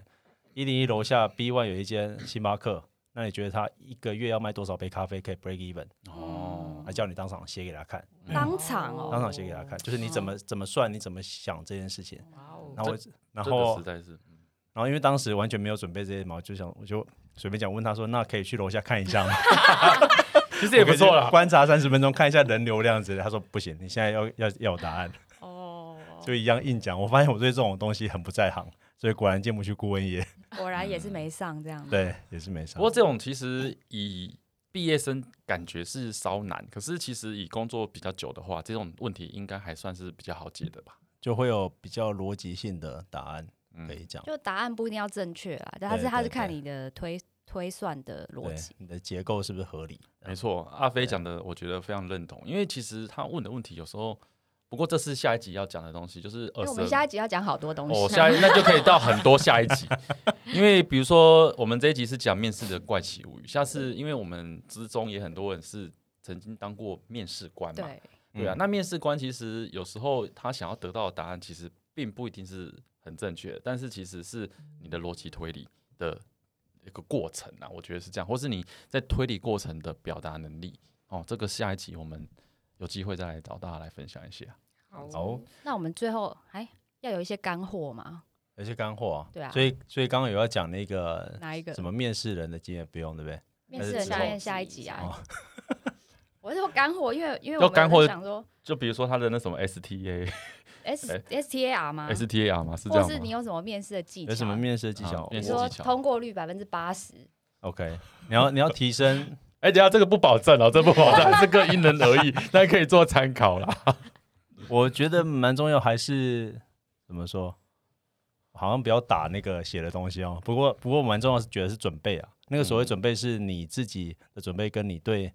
S1: 一零一楼下 B one 有一间星巴克，那你觉得他一个月要卖多少杯咖啡可以 break even？
S4: 哦，
S1: 还叫你当场写给他看，
S7: 当场哦，
S1: 当场写给他看，就是你怎么怎么算，你怎么想这件事情。
S6: 哇哦，
S1: 然后我，然
S4: 这
S1: 后
S4: 个实在是，嗯
S1: 然后因为当时完全没有准备这些嘛，我就想我就随便讲问他说，那可以去楼下看一下吗？
S4: [laughs] [laughs] 其实也不错
S1: 我可以去
S4: 啦。
S1: 观察三十分钟看一下人流量之类的。他说不行，你现在要要要有答案，
S6: 哦，
S1: 就一样硬讲。我发现我对这种东西很不在行，所以果然进不去顾问业。
S7: 果然也是没上这样。
S1: 对，也是没啥。
S4: 不过这种其实以毕业生感觉是稍难，可是其实以工作比较久的话，这种问题应该还算是比较好解的吧。
S1: 就会有比较逻辑性的答案
S4: 嗯
S1: 可以讲，
S7: 就答案不一定要正确啦，但他是
S1: 对
S7: 他
S1: 对
S7: 是看
S1: 对
S7: 你的推推算的逻
S1: 对
S7: 辑。
S1: 你的结构是不是合理？
S4: 没错，阿飞讲的我觉得非常认同，因为其实他问的问题有时候，不过这是下一集要讲的东西，就是
S7: 因
S4: 二
S7: 为
S4: 十
S7: 我们下一集要讲好多东
S4: 哦，
S7: 西，
S4: 下一那就可以到很多下一集，因为比如说我们这一集是讲面试的怪奇物语，下次因为我们之中也很多人是曾经当过面试官嘛，
S7: 对，
S4: 对啊，
S1: 嗯
S4: 那面试官其实有时候他想要得到的答案其实并不一定是很正确的，但是其实是你的逻辑推理的一个过程啊，我觉得是这样，或是你在推理过程的表达能力哦，这个下一集我们有机会再来找大家来分享一下。
S1: 哦，
S7: 那我们最后哎要有一些干货嘛？
S1: 有些干货啊。
S7: 对啊
S1: 所以所以刚刚有要讲那个
S7: 哪一个
S1: 什？么面试人的经验，不用对不对？
S7: 面试人
S1: 还是之后
S7: 下面下一集啊
S1: [laughs] 哦？
S7: [laughs] 我是说干货，因为因为
S4: 要
S7: 我
S4: 干货
S7: 们想说
S4: 就比如说他的那什么 STA、
S7: S S T A R 吗？
S4: STAR 嘛，是这
S7: 啊或
S4: 样
S7: 是
S4: 吗
S7: 你？有什么面试的技巧？
S1: 有什么面试技巧
S4: 啊？面
S7: 你
S4: 试
S7: 说
S4: 技巧
S7: 通过率百分之八十，
S1: OK，你要你要提升，
S4: 哎、等一下这个不保证哦，这不保证，这 [laughs] 个因人而异，但可以做参考啦。
S1: 我觉得蛮重要，还是怎么说？好像不要打那个写的东西哦。不过不过蛮重要是觉得是准备啊，那个所谓
S4: 嗯
S1: 准备是你自己的准备，跟你对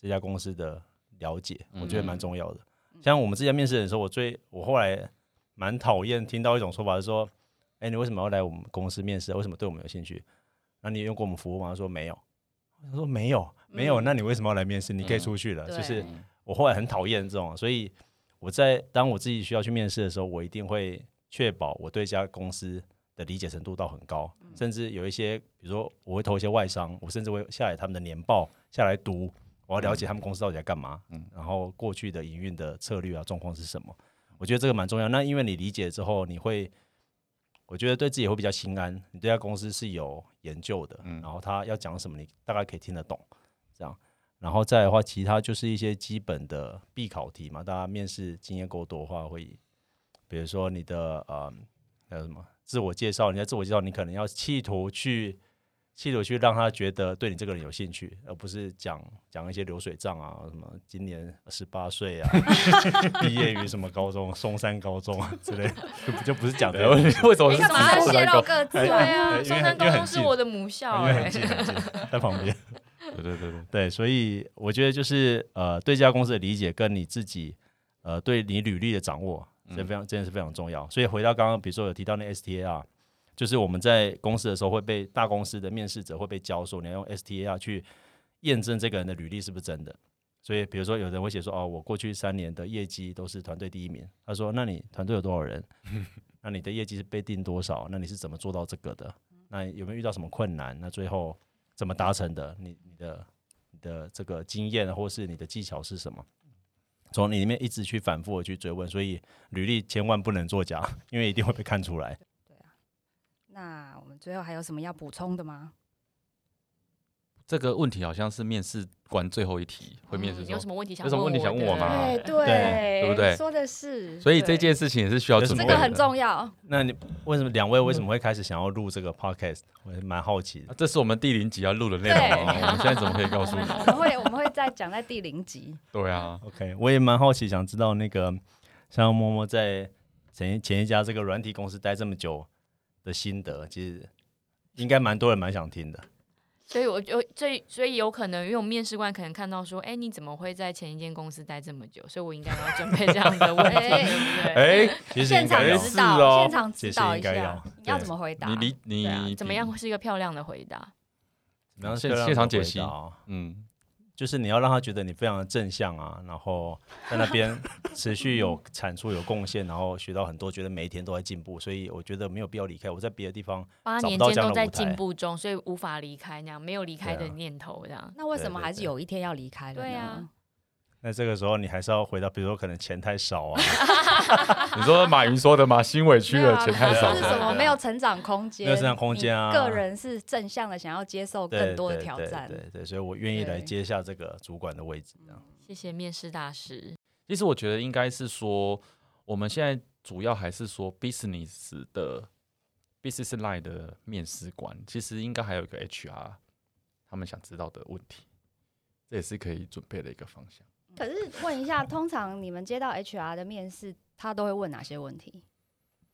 S1: 这家公司的了解，
S4: 嗯
S1: 我觉得蛮重要的。像我们之前面试的时候，我最我后来蛮讨厌听到一种说法是说，哎，你为什么要来我们公司面试？为什么对我们有兴趣？那你有用过我们服务吗？他说没有。他说没有没有，
S7: 嗯
S1: 那你为什么要来面试？你可以
S4: 嗯
S1: 出去了，就
S7: 对
S1: 是。我后来很讨厌这种，所以我在当我自己需要去面试的时候，我一定会确保我对这家公司的理解程度到很高，
S4: 嗯
S1: 甚至有一些，比如说我会投一些外商，我甚至会下来他们的年报下来读，我要了解他们公司到底在干嘛，
S4: 嗯
S1: 然后过去的营运的策略啊状况是什么，我觉得这个蛮重要。那因为你理解之后，你会。我觉得对自己也会比较心安，你对这家公司是有研究的，
S4: 嗯
S1: 然后他要讲什么，你大概可以听得懂，这样。然后再来的话，其他就是一些基本的必考题嘛，大家面试经验够多的话，会比如说你的呃还有什么自我介绍，你在自我介绍，你可能要企图去企图去让他觉得对你这个人有兴趣，而不是讲讲一些流水账啊，什么今年十八岁啊， [laughs] 毕业于什么高中，松山高中啊之类的，就不就不是讲这
S4: 对，
S1: 个东
S4: 为
S1: 西，
S4: [laughs] 为什么
S7: 你
S4: 是
S7: 干嘛要
S4: 自
S7: 泄
S4: 然
S7: 露
S4: 狗？
S7: 各自
S6: 对
S1: [laughs]
S7: 啊？
S6: 啊，
S1: 因为
S6: 松
S1: 很
S6: 山高
S1: 因为很
S6: 中是
S1: 近
S6: 我的母校
S1: 因为很
S6: 哎，
S1: 近很近，在旁边。
S4: 对对对对，
S1: 对，所以我觉得就是呃，对这家公司的理解跟你自己呃对你履历的掌握，这非常、真的是非常重要。所以回到刚刚，比如说有提到那 STAR，就是我们在公司的时候会被大公司的面试者会被教说，你要用 STAR 去验证这个人的履历是不是真的。所以，比如说有人会写说，哦，我过去三年的业绩都是团队第一名。他说，那你团队有多少人？ [laughs] 那你的业绩是被定多少？那你是怎么做到这个的？那有没有遇到什么困难？那最后怎么达成的？你你的你的这个经验或是你的技巧是什么？从你里面一直去反复的去追问，所以履历千万不能作假， [laughs] 因为一定会被看出来。
S7: 那我们最后还有什么要补充的吗？
S4: 这个问题好像是面试官最后一题，会面试
S6: 嗯有什
S4: 说，
S6: 么问题想
S4: 有什么问题想问我
S6: 我
S4: 吗
S6: 的
S4: 啊
S7: 哎，
S1: 对
S4: 对不对
S7: 说的是，
S4: 所以
S7: 对
S4: 这件事情也是需要准备
S7: 这
S4: 的。
S7: 个很重要。
S1: 那你为什么两位为什么会开始想要录这个 podcast？我也蛮好奇的
S4: 啊。这是我们第零集要录的内容啊，
S7: 对
S4: 我们现在怎么可以告
S7: [laughs]
S4: 诉你？
S7: 我们会我们会再讲在第零集，
S4: 对啊，
S1: OK，我也蛮好奇，想知道那个像默默在前一前一家这个软体公司待这么久的心得，其实应该蛮多人蛮想听的。
S6: 所以我就这，所以有可能，因为我面试官可能看到说，哎、你怎么会在前一间公司待这么久？所以我应该要准备这样的问题，
S7: 哎
S6: 对不对？
S4: 哎，
S1: [laughs] 其实
S7: 现
S1: 应
S7: 场
S1: 该要
S7: 指
S4: 是哦
S7: 导，现场指导一
S1: 解释应该
S7: 下
S1: 要，
S7: 你要怎么回答？
S4: 你理
S7: 对啊
S4: 你
S6: 怎么
S4: 比？
S6: 样是一个漂亮的回答？
S1: 怎么样
S4: 现
S1: 漂亮
S4: 现场
S1: 地
S4: 解
S1: 回
S4: 析
S1: 答啊
S4: 嗯，
S1: 就是你要让他觉得你非常的正向啊，然后在那
S7: [laughs]
S1: 边持续有产出、有贡献，然后学到很多，觉得每一天都在进步，所以我觉得没有必要离开。我在别的地方，
S6: 八
S1: 找不
S6: 年
S1: 到
S6: 间
S1: 这样
S6: 都
S1: 的
S6: 在
S1: 舞台
S6: 进步中，所以无法离开，那样没有离开的
S1: 对啊
S6: 念头，这样。
S7: 那为什么
S1: 对对
S7: 还是
S1: 对
S7: 有一天要离开了呢？
S6: 对啊
S1: 那这个时候你还是要回到，比如说可能钱太少
S7: [laughs]
S1: 啊，
S4: 你说马云说的吗？心委屈
S7: 没有
S4: 了，
S7: 啊
S4: 钱太少
S7: 是什
S4: 了。
S7: 么没有成长空间？
S1: 没有成长空间啊
S7: 你个人是正向的，想要接受
S1: 对
S7: 更多的
S1: 对
S7: 挑
S1: 对
S7: 战嗯
S1: 对。对对，所以我愿意来
S7: 对嗯
S1: 接下这个主管的位置，这样
S6: 谢谢面试大师。
S4: 其实我觉得应该是说，我们现在主要还是说 business 的 business line 的面试官，其实应该还有一个 HR，他们想知道的问题，这也是可以准备的一个方向。
S7: 可是问一下，通常你们接到 HR 的面试，他都会问哪些问题？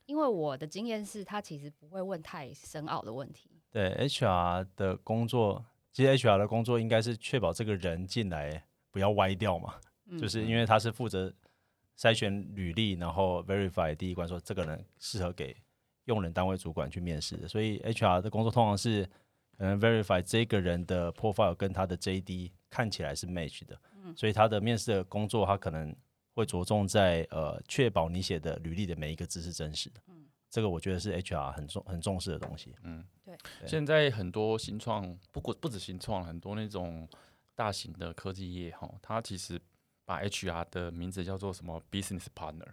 S7: 因为我的经验是，他其实不会问太深奥的问题。
S1: 对 HR 的工作，其实 HR 的工作应该是确保这个人进来不要歪掉嘛，
S7: 嗯
S1: 就是因为他是负责筛选履历，然后 verify 第一关说这个人适合给用人单位主管去面试的，所以 HR 的工作通常是可能 verify 这个人的 profile 跟他的 JD 看起来是 match 的，
S7: 嗯
S1: 所以他的面试的工作他可能会着重在呃确保你写的履历的每一个字是真实的，
S7: 嗯
S1: 这个我觉得是 HR 很重很重视的东西。对
S4: 现在很多新创，不过不止新创，很多那种大型的科技业哈，它其实把 HR 的名字叫做什么 business partner，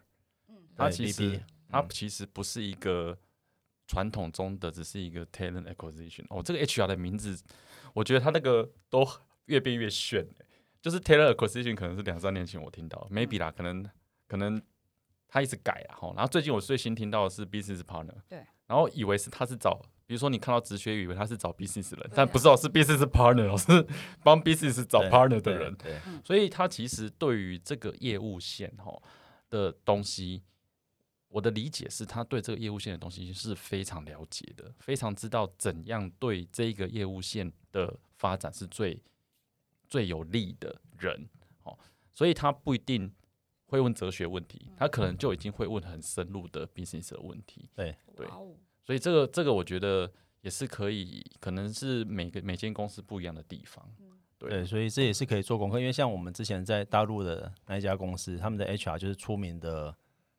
S4: 它
S1: 对 BD
S4: 其实它其实不是一个传统中的，只是一个 talent acquisition。哦，这个 HR 的名字，我觉得它那个都越变越炫、欸、就是 talent acquisition 可能是两三年前我听到，maybe 啦，可能可能他一直改啊，吼，然后最近我最新听到的是 business partner，
S7: 对，
S4: 然后以为是他是找，比如说你看到职缺，以为他是找 business 人，但不是哦，是 business partner，哦，是帮 business 找
S1: 对
S4: partner 的人，
S1: 对，
S4: 所以他其实对于这个业务线哈的东西，我的理解是他对这个业务线的东西是非常了解的，非常知道怎样对这个业务线的发展是最最有利的人。哦，所以他不一定会问哲学问题，他可能就已经会问很深入的 business 的问题。对
S6: 哇哦，
S4: 所以这个这个我觉得也是可以，可能是每个每间公司不一样的地方。
S1: 对，所以这也是可以做功课，因为像我们之前在大陆的那一家公司，他们的 HR 就是出名的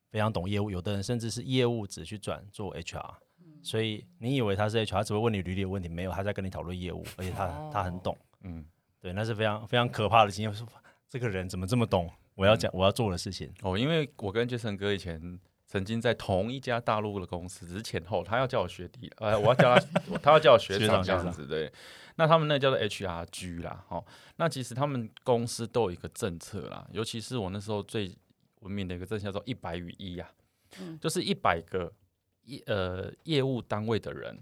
S1: 非常懂业务，有的人甚至是业务只去转做 HR，所以你以为他是 HR，他只会问你履历的问题，没有，他在跟你讨论业务，而且他、他很懂，
S4: 嗯，
S1: 对，那是非常非常可怕的经验。我说这个人怎么这么懂？我要讲、我要做的事情，
S4: 哦，因为我跟杰森哥以前曾经在同一家大陆的公司，只是前后，他要叫我学弟，呃，我要叫他，他要叫我学
S1: 学
S4: 长
S1: 长
S4: 这样子，对。那他们那叫做 HRG 啦，哦，那其实他们公司都有一个政策啦，尤其是我那时候最文明的一个政策叫做一百与一呀、
S7: 嗯
S4: 就是一百个业呃业务单位的人，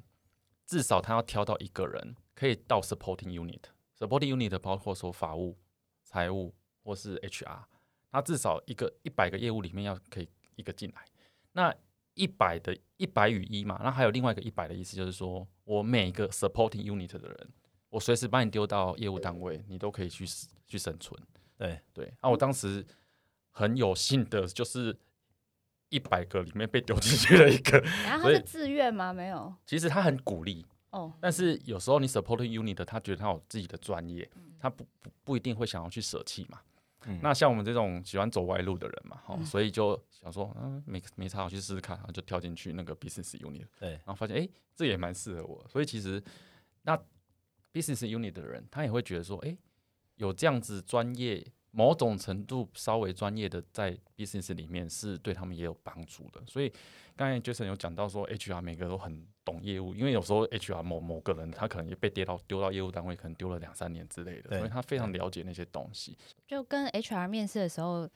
S4: 至少他要挑到一个人可以到 supporting unit，supporting unit 包括说法务、财务或是 HR，他至少一个一百个业务里面要可以一个进来。那一百的一百与一嘛，那还有另外一个一百的意思就是说我每个 supporting unit 的人，我随时把你丢到业务单位，你都可以去去生存。
S1: 对
S4: 对，啊，我当时很有幸的就是一百个里面被丢进去了一个。 [laughs]
S7: 然后
S4: 所
S7: 他
S4: 以
S7: 是自愿吗？没有
S4: 其实他很鼓励，
S7: 哦，
S4: 但是有时候你 supporting unit，他觉得他有自己的专业，他不不不一定会想要去舍弃嘛。
S1: 嗯
S4: 那像我们这种喜欢走歪路的人嘛，哈、所以就想说，嗯，没没差，我去试试看，然后就跳进去那个 business unit，
S1: 对
S4: 然后发现，哎、这也蛮适合我，所以其实那 business unit 的人，他也会觉得说，哎、有这样子专业，某种程度稍微专业的在 business 里面是对他们也有帮助的，所以刚才 Jason 有讲到说，HR 每个都很懂业务，因为有时候 HR 某某个人他可能也被跌到丢到业务单位，可能丢了两三年之类的，
S1: 对
S4: 所以他非常了解那些东西。
S7: 就跟 HR 面试的时候，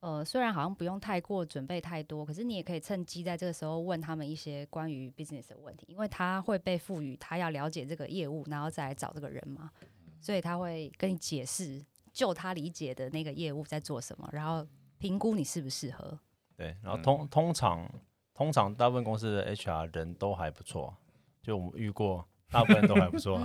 S7: 呃，虽然好像不用太过准备太多，可是你也可以趁机在这个时候问他们一些关于 business 的问题，因为他会被赋予他要了解这个业务，然后再来找这个人嘛，
S4: 嗯
S7: 所以他会跟你解释，就他理解的那个业务在做什么，然后评估你适不适合。
S1: 对，然后
S4: 嗯
S1: 通通常通常大部分公司的 HR 人都还不错，就我们遇过，大部分都还不错。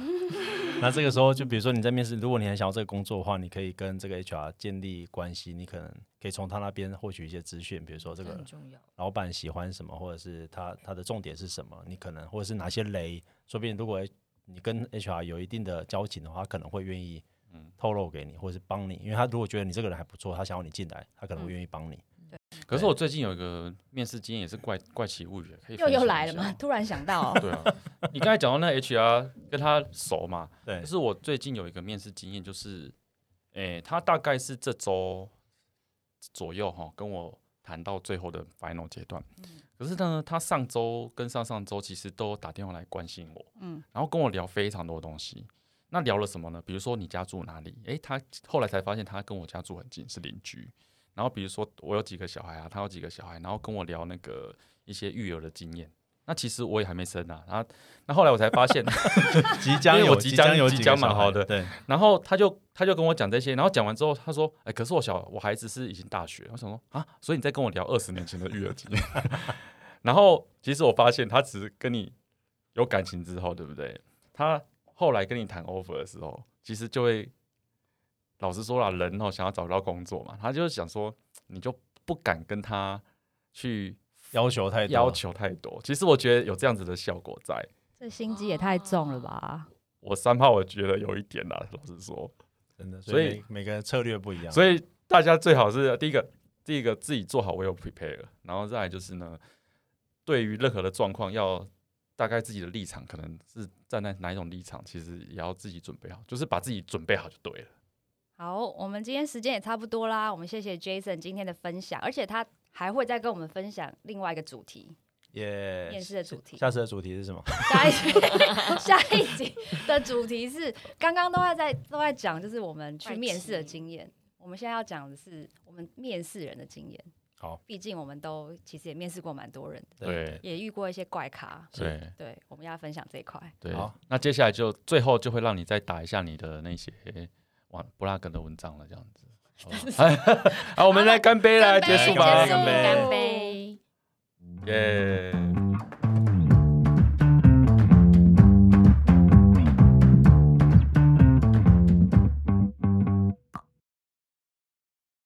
S1: 那这个时候，就比如说你在面试，如果你很想要这个工作的话，你可以跟这个 HR 建立关系，你可能可以从他那边获取一些资讯，比如说这
S6: 这
S1: 个
S6: 很重要。
S1: 老板喜欢什么，或者是他他的重点是什么，你可能或者是哪些雷，说不定如果你跟 HR 有一定的交情的话，他可能会愿意透露给你，或者是帮你，因为他如果觉得你这个人还不错，他想要你进来，他可能会愿意帮你。
S4: 可是我最近有一个面试经验，也是怪怪奇物语，可以
S7: 又
S4: 分
S7: 又
S4: 享一
S7: 来了
S4: 下
S7: [laughs] 嘛，突然想到
S4: 对啊，你刚才讲到那 HR 跟他熟嘛，
S1: 对
S4: 可，是我最近有一个面试经验，就是，诶、他大概是这周左右哈、跟我谈到最后的 final 阶段。可是呢，他上周跟上上周其实都打电话来关心我，
S7: 嗯
S4: 然后跟我聊非常多东西。那聊了什么呢？比如说你家住哪里？诶、他后来才发现他跟我家住很近，是邻居。然后比如说我有几个小孩啊，他有几个小孩，然后跟我聊那个一些育儿的经验。那其实我也还没生啊，然后那后来我才发现，
S1: 即将
S4: 因为
S1: 有
S4: 我即将
S1: 有
S4: 即
S1: 几个
S4: 将嘛
S1: 小孩
S4: 好的
S1: 对，
S4: 然后他就他就跟我讲这些，然后讲完之后，他说：“哎、可是我小我孩子是已经大学。”我想说啊，所以你在跟我聊二十年前的育儿经验。 [laughs] 然后其实我发现他只是跟你有感情之后，对不对？他后来跟你谈 offer 的时候，其实就会老实说了，人哦想要找到工作嘛，他就想说你就不敢跟他去
S1: 要求太多，
S4: 要求太多。其实我觉得有这样子的效果在，
S7: 这心机也太重了吧？
S4: 我三炮我觉得有一点啦，老实说。
S1: 真的，
S4: 所
S1: 所
S4: 以
S1: 以每每个人策略不一样。
S4: 所以大家最好是第一个，第一个自己做好我有 prepare，然后再来就是呢，对于任何的状况要大概自己的立场，可能是站在哪一种立场，其实也要自己准备好，就是把自己准备好就对了。
S7: 好，我们今天时间也差不多啦，我们谢谢 Jason 今天的分享，而且他还会再跟我们分享另外一个主题，
S1: 耶，
S7: 面试的主题
S1: 下次的主题是什么？
S7: 下一集
S1: [laughs]
S7: 下一集的主题是刚刚都在在都在讲，就是我们去面试的经验。我们现在要讲的是我们面试人的经验。
S1: 好，
S7: 毕竟我们都其实也面试过蛮多人的，
S4: 对
S7: 也遇过一些怪咖。
S4: 对
S7: 对，我们要分享这一块。
S4: 对
S1: 好，
S4: 那接下来就最后就会让你再打一下你的那些网布拉格的文章了，这样子。 [laughs] 好，我们来干杯啦，
S7: 干杯
S6: 哎
S4: 结束
S1: 干
S4: 吧
S1: 杯，干
S6: 杯。
S4: 耶！